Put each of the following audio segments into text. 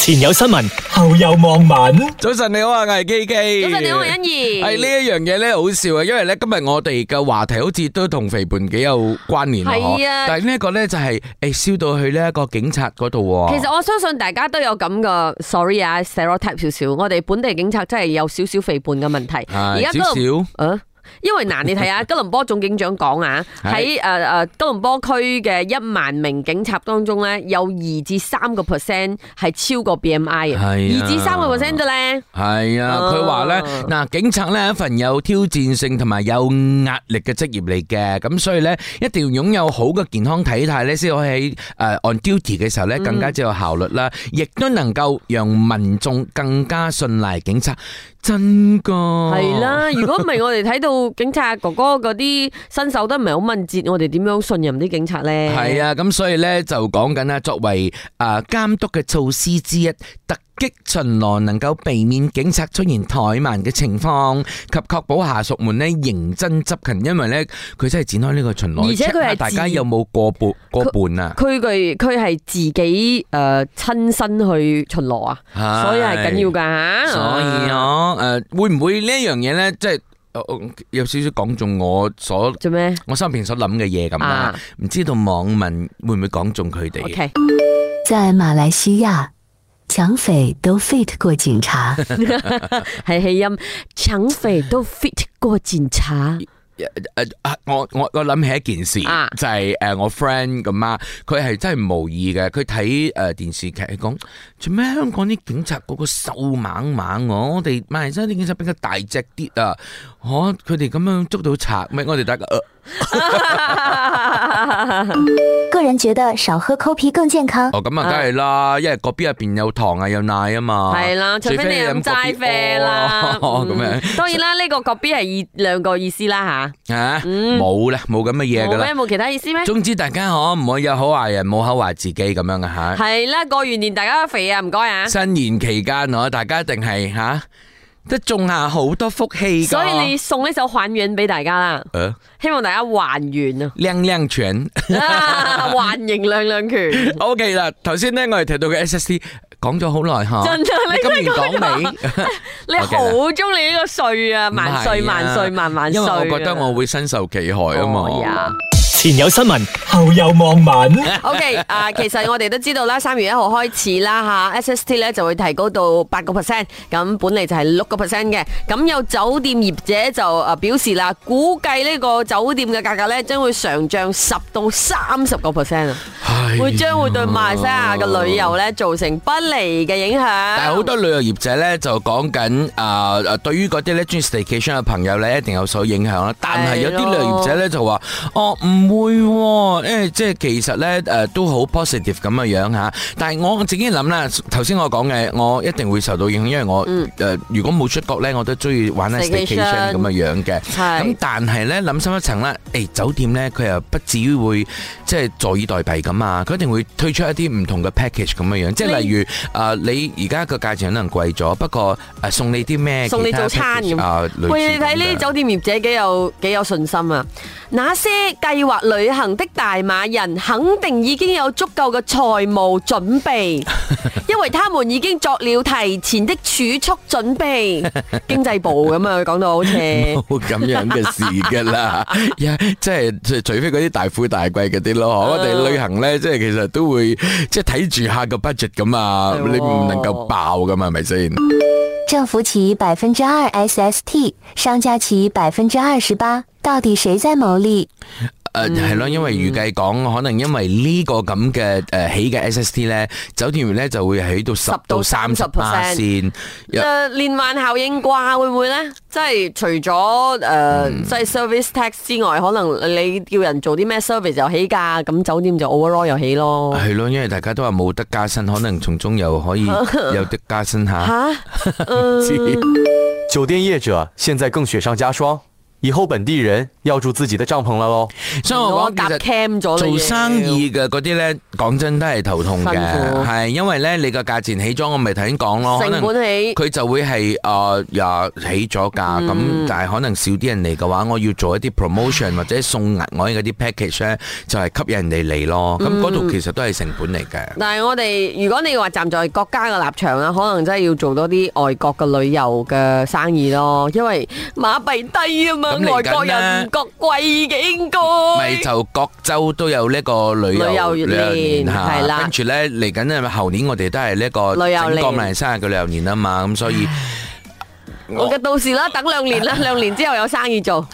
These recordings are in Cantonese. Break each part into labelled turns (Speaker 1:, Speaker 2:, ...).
Speaker 1: 前有新聞，後有網民。
Speaker 2: 早晨你好啊，我係基基。
Speaker 3: 早晨，你好，我係欣怡。
Speaker 2: 係呢一樣嘢咧，好笑啊！因為咧今日我哋嘅話題好似都同肥胖幾有關聯嗬
Speaker 3: 係啊
Speaker 2: 但係呢一個咧就係誒燒到去呢一個警察嗰度喎。
Speaker 3: 其實我相信大家都有咁嘅，sorry 啊，stereotype 少少。我哋本地警察真係有少少肥胖嘅問題。 而家
Speaker 2: 係
Speaker 3: 嗰
Speaker 2: 少少。
Speaker 3: 啊，因為嗱，你睇下吉隆坡總警長 講啊，喺誒誒吉隆坡區嘅一萬名警察當中咧，有二至三個 percent 係超過 BMI 嘅，
Speaker 2: 係啊
Speaker 3: 二至三個 percent 啫咧。
Speaker 2: 係啊，
Speaker 3: 哦
Speaker 2: 佢話咧，嗱，警察咧係一份有挑戰性同埋有壓力嘅職業嚟嘅，咁所以咧一定要擁有好嘅健康體態咧，先可以喺誒 ờ, on duty 嘅時候咧更加之有效率啦，亦都能夠讓民眾更加信賴警察，真噶
Speaker 3: 係，啦，如果唔係我哋睇到警察哥哥嗰啲身手都唔係好敏捷，我哋點樣信任啲警察咧？
Speaker 2: 係啊，咁所以咧就講緊啦，作為誒監督嘅措施之一，突擊巡邏能夠避免警察出現怠慢嘅情況，及確保下屬們呢認真執勤，因為咧佢真係展開呢個巡邏，
Speaker 3: 而且佢
Speaker 2: check
Speaker 3: 係
Speaker 2: 下大家有冇過半過半啊，
Speaker 3: 佢佢佢係自己誒親身去巡邏啊，所以係緊要㗎嚇。
Speaker 2: 所以啊我誒會唔會呢一樣嘢咧，即係呃呃有少少講中我所
Speaker 3: 做咩
Speaker 2: 我心入邊所諗嘅嘢咁啦
Speaker 3: 啊？
Speaker 2: 唔知道網民會唔會講中佢哋？
Speaker 3: ？OK，
Speaker 4: 在马来西亚，抢匪都 fit 过警察。
Speaker 3: 係氣音，搶匪都 fit 過檢 查。
Speaker 2: 誒啊我我我諗起一件事，
Speaker 3: 啊
Speaker 2: 就係誒我 friend 咁啊，佢係真係無意嘅。佢睇誒電視劇，佢講做咩香港啲警察嗰個瘦猛猛喎，啊我哋馬來西亞啲警察比較大隻啲啊，我佢哋咁樣捉到賊咩？我哋大家
Speaker 3: 啊
Speaker 2: 呃
Speaker 5: 个人觉得少喝枸杞更健康。
Speaker 2: 哦咁啊，梗係啦，因為嗰邊入邊有糖啊，有奶啊嘛，
Speaker 3: 係啦，除非你飲齋啡啦。
Speaker 2: 哦咁
Speaker 3: 嗯
Speaker 2: 樣
Speaker 3: 當然啦，呢個個 B 係二兩個意思啦
Speaker 2: 嚇，啊冇啦，冇咁嘅
Speaker 3: 吓，
Speaker 2: 嘢噶
Speaker 3: 嗯冇咩
Speaker 2: 啦。
Speaker 3: 冇其他意思咩？
Speaker 2: 總之大家可唔可以有口話人，冇口話自己咁樣啊嚇。
Speaker 3: 係啦，過完年大家肥啊，唔該啊。
Speaker 2: 新年期間我大家一定係吓，即係種下好多福氣㗎
Speaker 3: 所以你送呢首還原俾大家啦，
Speaker 2: 呃
Speaker 3: 希望大家還原啊
Speaker 2: 靚靚拳
Speaker 3: 啊，還形兩兩拳，
Speaker 2: ，OK 啦。頭先咧我哋提到嘅 SST 講咗好耐吓，
Speaker 3: 真係
Speaker 2: 你
Speaker 3: 你真
Speaker 2: 今
Speaker 3: 係
Speaker 2: 年 講尾，
Speaker 3: 你好中意呢個歲啊，萬歲
Speaker 2: 唔係啊
Speaker 3: 萬歲萬萬歲
Speaker 2: 因為
Speaker 3: 啊！
Speaker 2: 我覺得我會身受其害啊
Speaker 3: 哎
Speaker 2: 嘛
Speaker 3: 呀。
Speaker 1: 前有新聞，後有網民。
Speaker 3: OK，啊， 其實我哋都知道啦，三月一號開始啦吓 SST 咧就會提高到八個 percent，咁本嚟就係六個 percent 嘅。咁有酒店業者就誒表示啦，估計呢個酒店嘅價格咧將會上漲十到三十個 percent 啊，
Speaker 2: 唉
Speaker 3: 會將會對馬來西亞嘅旅遊咧造成不利嘅影響。
Speaker 2: 但係好多旅遊業者咧就講緊啊啊，對於嗰啲咧專 staycation 嘅朋友咧一定有所影響啦。但係有啲旅遊業者咧就話：哦唔會喎，因為即係其實咧誒都好 positive 咁嘅樣嚇。但係我自己諗啦，頭先我講嘅，我一定會受到影響，因為我誒如果冇出國咧，我都中意玩下嗯 staycation 咁
Speaker 3: Staycation
Speaker 2: 嘅樣嘅。
Speaker 3: 係
Speaker 2: 咁但係咧諗深一層啦，誒酒店咧佢又不至於會即係坐以待斃咁啊，佢一定會推出一啲唔同嘅 package 咁嘅樣，即係例如啊、你而家個價錢可能貴咗，不過誒、啊送你啲咩？
Speaker 3: 送你早餐咁
Speaker 2: 啊，類似
Speaker 3: 喂，你睇呢啲
Speaker 2: 咁樣
Speaker 3: 酒店業者幾有幾有信心啊！那些計劃旅行的大馬人肯定已經有足夠嘅財務 準備，因為他們已經作了提前的儲蓄準 備。經濟部咁啊，講到好似係
Speaker 2: 冇咁樣嘅事㗎啦， 呀即係除除非嗰啲大富大貴嗰啲咯，我哋旅行咧，即係其實都會即係睇住下個 budget 咁啊，
Speaker 3: 係喎
Speaker 2: 你唔能夠爆㗎嘛，係咪先？
Speaker 5: 政府起百分之二 SST，商家起百分之二十八，到底谁在牟利？
Speaker 3: 嗯
Speaker 2: 誒呃係咯，因為預計講可能因為呢個咁嘅誒起嘅 SST 咧，酒店業咧就會起到十到三十巴線。
Speaker 3: 誒連環效應啩，會唔會呢？即係除咗誒、呃即係 service tax 之外，可能你叫人做啲咩 service 又起價，咁酒店就 overall 又起咯。
Speaker 2: 係咯，因為大家都話冇得加薪，可能從中又 可以有得加 薪下。
Speaker 3: 嚇、
Speaker 2: 知
Speaker 6: 酒店业者现在更雪上加霜，以后本地人要住自己的帐篷了喽。
Speaker 2: 所以我
Speaker 3: 我
Speaker 2: 講
Speaker 3: 搭
Speaker 2: 其實
Speaker 3: cam 咗啦
Speaker 2: 做生意嘅嗰啲咧，講真都係頭痛嘅
Speaker 3: 辛，苦
Speaker 2: 係因為咧你個價錢起咗，我咪頭先講咯，可
Speaker 3: 成
Speaker 2: 能
Speaker 3: 本起
Speaker 2: 佢就會係誒呀起咗價，咁、
Speaker 3: 嗯
Speaker 2: 但係可能少啲人嚟嘅話，我要做一啲 promotion 或者送額外嗰啲 package 咧，就係、吸引人哋嚟咯。咁
Speaker 3: 嗯
Speaker 2: 嗰度其實都係成本嚟嘅。
Speaker 3: 但係我哋如果你話站在國家嘅立場啦，可能真係要做多啲外國嘅旅遊嘅生意咯，因為馬幣低啊嘛，
Speaker 2: 咁嚟緊呢
Speaker 3: 外國人唔覺貴嘅應該。
Speaker 2: 咪就各州都有呢個旅
Speaker 3: 旅
Speaker 2: 遊
Speaker 3: 遊
Speaker 2: 旅
Speaker 3: 年
Speaker 2: 遊年
Speaker 3: 係
Speaker 2: 嚇，
Speaker 3: 啦
Speaker 2: 跟住咧嚟緊咧，後年我哋都係呢個
Speaker 3: 旅遊年
Speaker 2: 整個馬來西亞嘅旅遊年啊嘛，咁所以。
Speaker 3: 我嘅到時啦，等 兩年啦，兩年之後有生意做。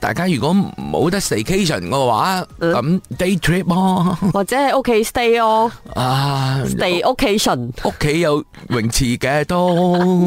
Speaker 2: 大家如果冇得 staycation 嘅話，
Speaker 3: 嗯
Speaker 2: 咁 day trip 咯，
Speaker 3: 或者係屋企 stay 咯
Speaker 2: 啊，
Speaker 3: ，stay occasion。
Speaker 2: 屋企有泳池嘅都。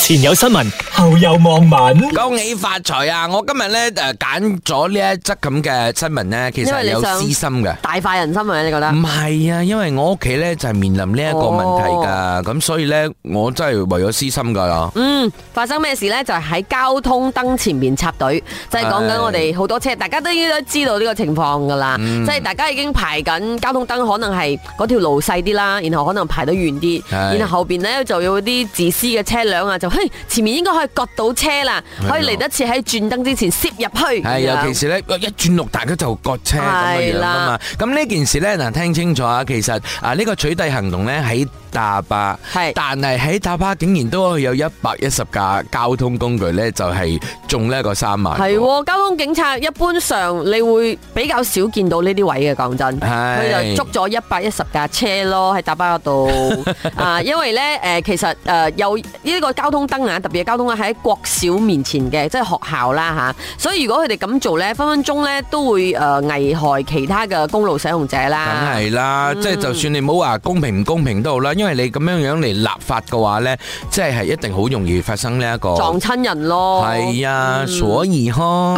Speaker 1: 前有新聞，後有望文。
Speaker 2: 恭喜發財啊！我今日咧誒揀咗呢一則咁嘅新聞咧，其實
Speaker 3: 因為
Speaker 2: 係
Speaker 3: 你
Speaker 2: 有
Speaker 3: 想
Speaker 2: 私心嘅。
Speaker 3: 大快人心啊！你覺得
Speaker 2: 唔？係啊，因為我屋企咧就係面臨呢一個問題㗎，咁、所以咧我真係為咗私心㗎啦。
Speaker 3: 嗯，發生咩事呢？就係、喺交通燈前面插隊，即係講
Speaker 2: 唉嗯
Speaker 3: 緊我哋好多車，大家都應該知道呢個情況㗎啦。即係大家已經排緊交通燈，可能係嗰條路細啲啦，然後可能排得遠啲，
Speaker 2: 係
Speaker 3: 然後後邊呢就有啲自私嘅車輛啊，就嘿前面應該可以割到車啦，
Speaker 2: 係
Speaker 3: 可以嚟得切喺轉燈之前攝入
Speaker 2: 係，
Speaker 3: 去。咁樣
Speaker 2: 尤其是咧一轉六，大家就割車咁嘅樣
Speaker 3: 係
Speaker 2: 噶嘛
Speaker 3: 啦。
Speaker 2: 咁呢件事咧，嗱聽清楚啊，其實啊呢個取締行動咧喺大巴，
Speaker 3: 係
Speaker 2: 但係喺大巴竟然都有一百一十架交通工具咧，就係中呢一個三萬。
Speaker 3: 係喎，交通警察一般上你會比較少見到呢啲位嘅，講真，
Speaker 2: 係
Speaker 3: 佢就捉咗一百一十架車咯喺大巴嗰度 啊，因為呢，誒、其實誒、呃有呢個交通燈啊，特別係交通燈喺國小面前嘅，即係學校啦吓、所以如果佢哋咁做呢，分分鐘呢都會誒、呃危害其他嘅公路使用者
Speaker 2: 梗
Speaker 3: 啦。
Speaker 2: 係啦，
Speaker 3: 嗯
Speaker 2: 即係就算你冇話公平唔公平都好啦，因為你咁樣樣嚟立法嘅話咧，即係係一定好容易發生呢一個。
Speaker 3: 撞嗯哦親人咯，
Speaker 2: 係啊，所以呵。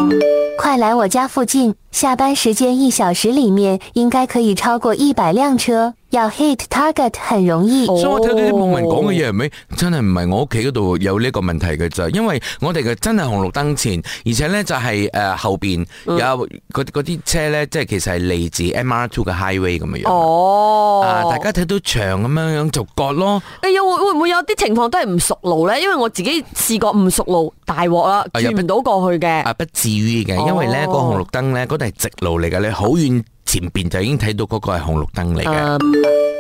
Speaker 5: 快来我家附近，下班时间一小时里面应该可以超过一百辆车，要 hit target 很容易。
Speaker 3: 哦
Speaker 2: 所以我睇到啲網民講嘅嘢係咪真係唔係我屋企嗰度有呢個問題嘅咋？因為我哋嘅真係紅綠燈前，而且咧就係、誒、後邊
Speaker 3: 嗯
Speaker 2: 有嗰嗰啲車咧，即係其實係嚟自 M R Two 嘅 highway 咁嘅樣。
Speaker 3: 哦，
Speaker 2: 啊！大家睇到長咁樣樣就割咯，
Speaker 3: 哎呀，會會唔會有啲情況都係唔熟路咧？因為我自己試過唔熟路，大鑊啦，
Speaker 2: 哎呀
Speaker 3: 轉唔到過 去嘅。
Speaker 2: 啊不至於
Speaker 3: 哦
Speaker 2: 嘅，因為咧、個紅綠燈咧嗰度係直路嚟嘅，你好遠前邊就已經睇到嗰個係紅綠燈嚟嘅。
Speaker 3: 啊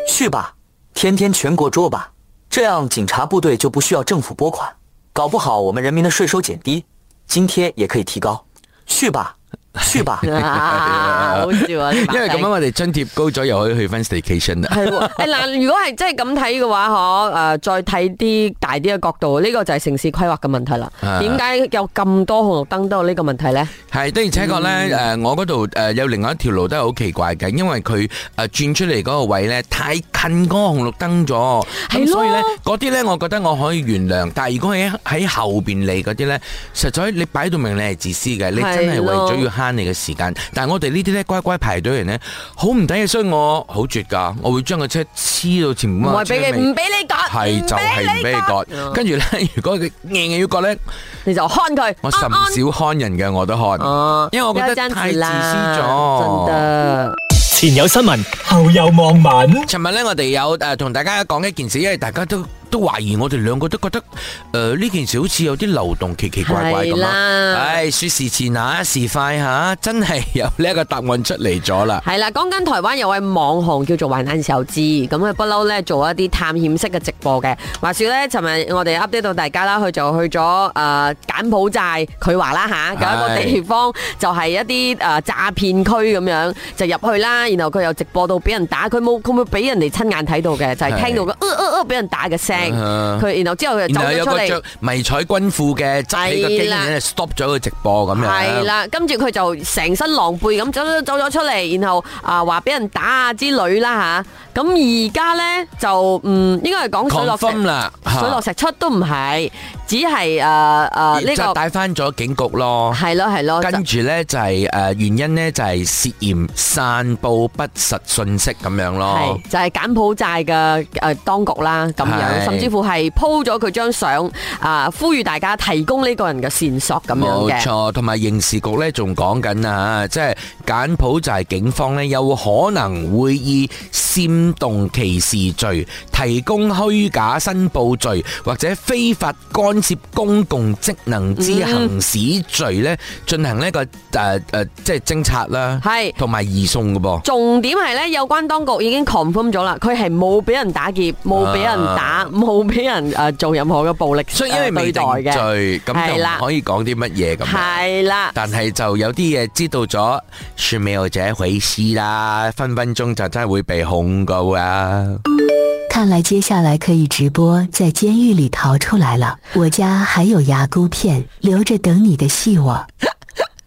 Speaker 7: 去吧，天天全国捉吧，这样警察部队就不需要政府拨款，搞不好我们人民的税收减低，津贴也可以提高。去吧，去吧。
Speaker 3: 啊好笑啊！
Speaker 2: 因為咁樣我哋津貼高咗，又可以去翻 station 啦。
Speaker 3: 系 喎，誒嗱，如果係真係咁睇嘅話，嗬，诶，再睇啲大啲嘅角度，呢個就係城市規劃嘅問題啦。
Speaker 2: 啊
Speaker 3: 點解有咁多紅綠燈都有呢個問題咧？
Speaker 2: 係的而且確咧，誒、
Speaker 3: 嗯
Speaker 2: 我嗰度誒有另外一條路都係好奇怪嘅，因為佢誒轉出嚟嗰個位咧太近嗰個紅綠燈咗，咁
Speaker 3: 係咯
Speaker 2: 所以咧嗰啲咧，我覺得我可以原諒。但係如果喺喺後邊嚟嗰啲咧，實在你擺到明你係自私嘅，你真係
Speaker 3: 係
Speaker 2: 為
Speaker 3: 咯
Speaker 2: 咗要慳你嘅時間。但係我哋呢啲咧乖乖排隊人咧，好唔抵嘅，啊所以我好絕㗎，我會將個車黐到前
Speaker 3: 唔
Speaker 2: 面嗰架車
Speaker 3: 係俾
Speaker 2: 尾。
Speaker 3: 你，唔俾你割，
Speaker 2: 係就係唔俾你割，跟住咧，如果佢硬係要割咧，
Speaker 3: 你就看佢。
Speaker 2: 我甚
Speaker 3: 安安
Speaker 2: 少看人嘅，我都看。
Speaker 3: 哦
Speaker 2: 因為我覺得
Speaker 3: 不要這樣
Speaker 2: 太
Speaker 3: 子啦
Speaker 2: 自私咗
Speaker 3: 真的。
Speaker 1: 前有新聞，後有望文。
Speaker 2: 尋日咧，我哋有誒同大家講一件事，因為大家都都懷疑我哋兩個都覺得誒呢、件事好似有啲流動奇奇怪怪咁
Speaker 3: 係
Speaker 2: 啦。
Speaker 3: 啦
Speaker 2: 唉，説時遲那時快嚇，真係有呢一個答案出嚟咗啦。
Speaker 3: 係啦，講緊台灣有位網紅叫做患難小知，咁佢不嬲咧做一啲探險式嘅直播嘅。話說咧，尋日我哋 update 到大家啦，佢就去咗誒、呃柬埔寨，佢話啦吓，有一個地方就係一啲誒詐騙區咁樣，就入去啦，然後佢又直播到俾人打，佢冇佢冇俾人哋親眼睇到嘅，就係、
Speaker 2: 係
Speaker 3: 聽到個呃呃呃俾人打嘅聲，
Speaker 2: 啊
Speaker 3: 佢然後之後佢就走
Speaker 2: 然後
Speaker 3: 咗
Speaker 2: 有
Speaker 3: 出
Speaker 2: 個
Speaker 3: 嚟
Speaker 2: 着。迷彩軍褲嘅執起個機
Speaker 3: 係啦
Speaker 2: 咧 stop 咗個直播咁樣。
Speaker 3: 系啦，跟住佢就成身狼狈咁走走走咗出嚟，然後啊話俾人打啊之類啦吓。咁而家呢，就嗯應該係講水落
Speaker 2: ，confirm
Speaker 3: 石
Speaker 2: 啦，
Speaker 3: 水落
Speaker 2: 嚇
Speaker 3: 石出都唔係，只係诶诶呢
Speaker 2: 就
Speaker 3: 個
Speaker 2: 帶翻咗警局咯。
Speaker 3: 係咯係咯，
Speaker 2: 跟住呢，就係、呃原因呢，就係涉嫌散佈不實信息咁樣咯
Speaker 3: 系。就係柬埔寨嘅诶当局啦，咁樣
Speaker 2: 係
Speaker 3: 甚至乎係 p 咗佢張相啊，呼籲大家提供呢個人嘅線索咁樣
Speaker 2: 冇
Speaker 3: 嘅。
Speaker 2: 錯，同埋刑事局呢仲講緊啊，即係柬埔寨警方呢有可能會以煽動歧視罪、提供虛假申報罪或者非法干涉公共職能之行使罪呢，進行呢一個誒誒即係偵察啦，
Speaker 3: 係
Speaker 2: 同埋移送嘅噃。
Speaker 3: 重點係咧，有關當局已經 confirm 咗啦，佢係冇俾人打劫，冇俾人打，冇俾人诶做任何嘅暴力
Speaker 2: 所以因為
Speaker 3: 呃
Speaker 2: 未
Speaker 3: 對待
Speaker 2: 定
Speaker 3: 嘅，
Speaker 2: 罪，咁
Speaker 3: 係
Speaker 2: 就
Speaker 3: 啦
Speaker 2: 唔可以講啲乜嘢咁樣。
Speaker 3: 係啦。
Speaker 2: 但係就有啲嘢知道咗是沒有這回事啦，分分鐘就真係會被控告啊！
Speaker 4: 看来接下来可以直播在监狱里逃出来了。我家还有牙箍片，留着等你的戏我。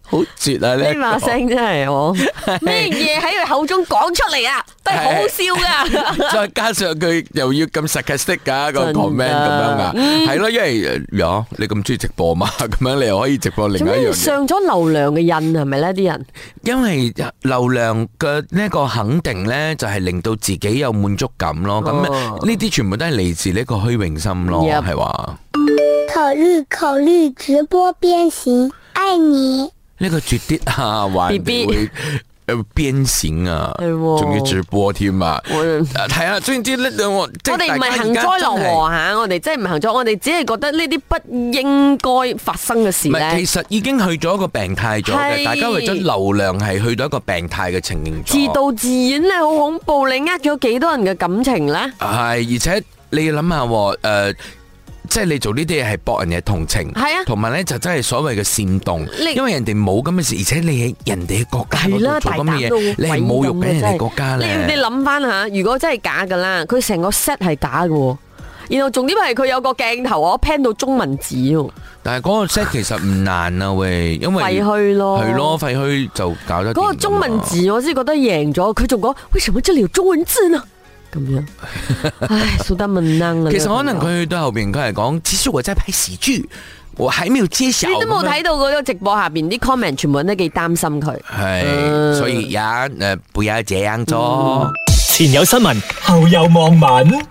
Speaker 2: 好絕啊！呢
Speaker 3: 呢
Speaker 2: 一個
Speaker 3: 把聲 真係我咩嘢喺佢口中講出嚟啊，都係好笑噶。
Speaker 2: 再加上佢又要咁 sarcastic 噶個
Speaker 3: 真㗎嗯
Speaker 2: comment 咁樣啊，係咯，因為呃呀你咁中意直播嘛， 咁樣你又可以直播 另
Speaker 3: 做
Speaker 2: 外一樣
Speaker 3: 咩要
Speaker 2: 嘢，
Speaker 3: 上咗流量嘅印係咪呢啲人
Speaker 2: 因為流量嘅呢個肯定呢，就係令到自己有滿足感咯。咁
Speaker 3: 哦
Speaker 2: 呢啲全部都係嚟自呢個虛榮心咯，
Speaker 3: Yep
Speaker 2: 係話
Speaker 8: 考虑考虑直播变形，爱你。
Speaker 2: 呢個絕啲啊，話人
Speaker 3: BB
Speaker 2: 哋會呃鞭刑啊，
Speaker 3: 係喎
Speaker 2: 仲要直播添啊！
Speaker 3: 我
Speaker 2: 啊係啊，總之呢兩個，我
Speaker 3: 我哋唔係幸災樂禍嚇，我哋真係唔幸災，我哋只係覺得呢啲不應該發生嘅事
Speaker 2: 唔係，
Speaker 3: 咧
Speaker 2: 其。實已經去咗一個病態咗
Speaker 3: 係
Speaker 2: 嘅，大家為咗流量係去到一個病態嘅情形
Speaker 3: 自
Speaker 2: 咗。
Speaker 3: 導自演咧，好恐怖！你呃咗幾多人嘅感情咧？
Speaker 2: 係，而且你要諗下喎，誒，即係你做呢啲嘢係博人嘅同情，
Speaker 3: 係啊
Speaker 2: 同埋咧就真係所謂嘅煽動
Speaker 3: 你，
Speaker 2: 因為人哋冇咁嘅事，而且你喺人哋嘅國家嗰
Speaker 3: 係
Speaker 2: 度
Speaker 3: 啦，
Speaker 2: 做
Speaker 3: 大
Speaker 2: 咁
Speaker 3: 膽
Speaker 2: 嘅
Speaker 3: 到
Speaker 2: 嘢，你係侮辱
Speaker 3: 鬼
Speaker 2: 緊人
Speaker 3: 咁嘅真係
Speaker 2: 哋國家
Speaker 3: 你你
Speaker 2: 咧。
Speaker 3: 諗翻下，如果真係假㗎啦，佢成個 set 係假嘅喎。然後重點係佢有個鏡頭，我 pan 到中文字喎，
Speaker 2: 但係嗰個 set 其實唔難啊，喂，因為
Speaker 3: 廢墟咯，
Speaker 2: 係咯，廢墟就搞得掂㗎嘛
Speaker 3: 嗰個中文字我先覺得贏咗，佢仲講為什麼這裡有中文字呢？咁 樣，唉，蘇德文能啊！
Speaker 2: 其實可能
Speaker 3: 呢個朋友
Speaker 2: 佢去到後邊，佢係講，其實我在拍喜劇，我還沒有揭曉。
Speaker 3: 你都冇睇到嗰個直播下邊啲 comment，全部人都幾擔心佢。
Speaker 2: 係，
Speaker 3: 嗯
Speaker 2: 所以人誒、呃、不要這樣做。
Speaker 1: 前有新聞，後有網民。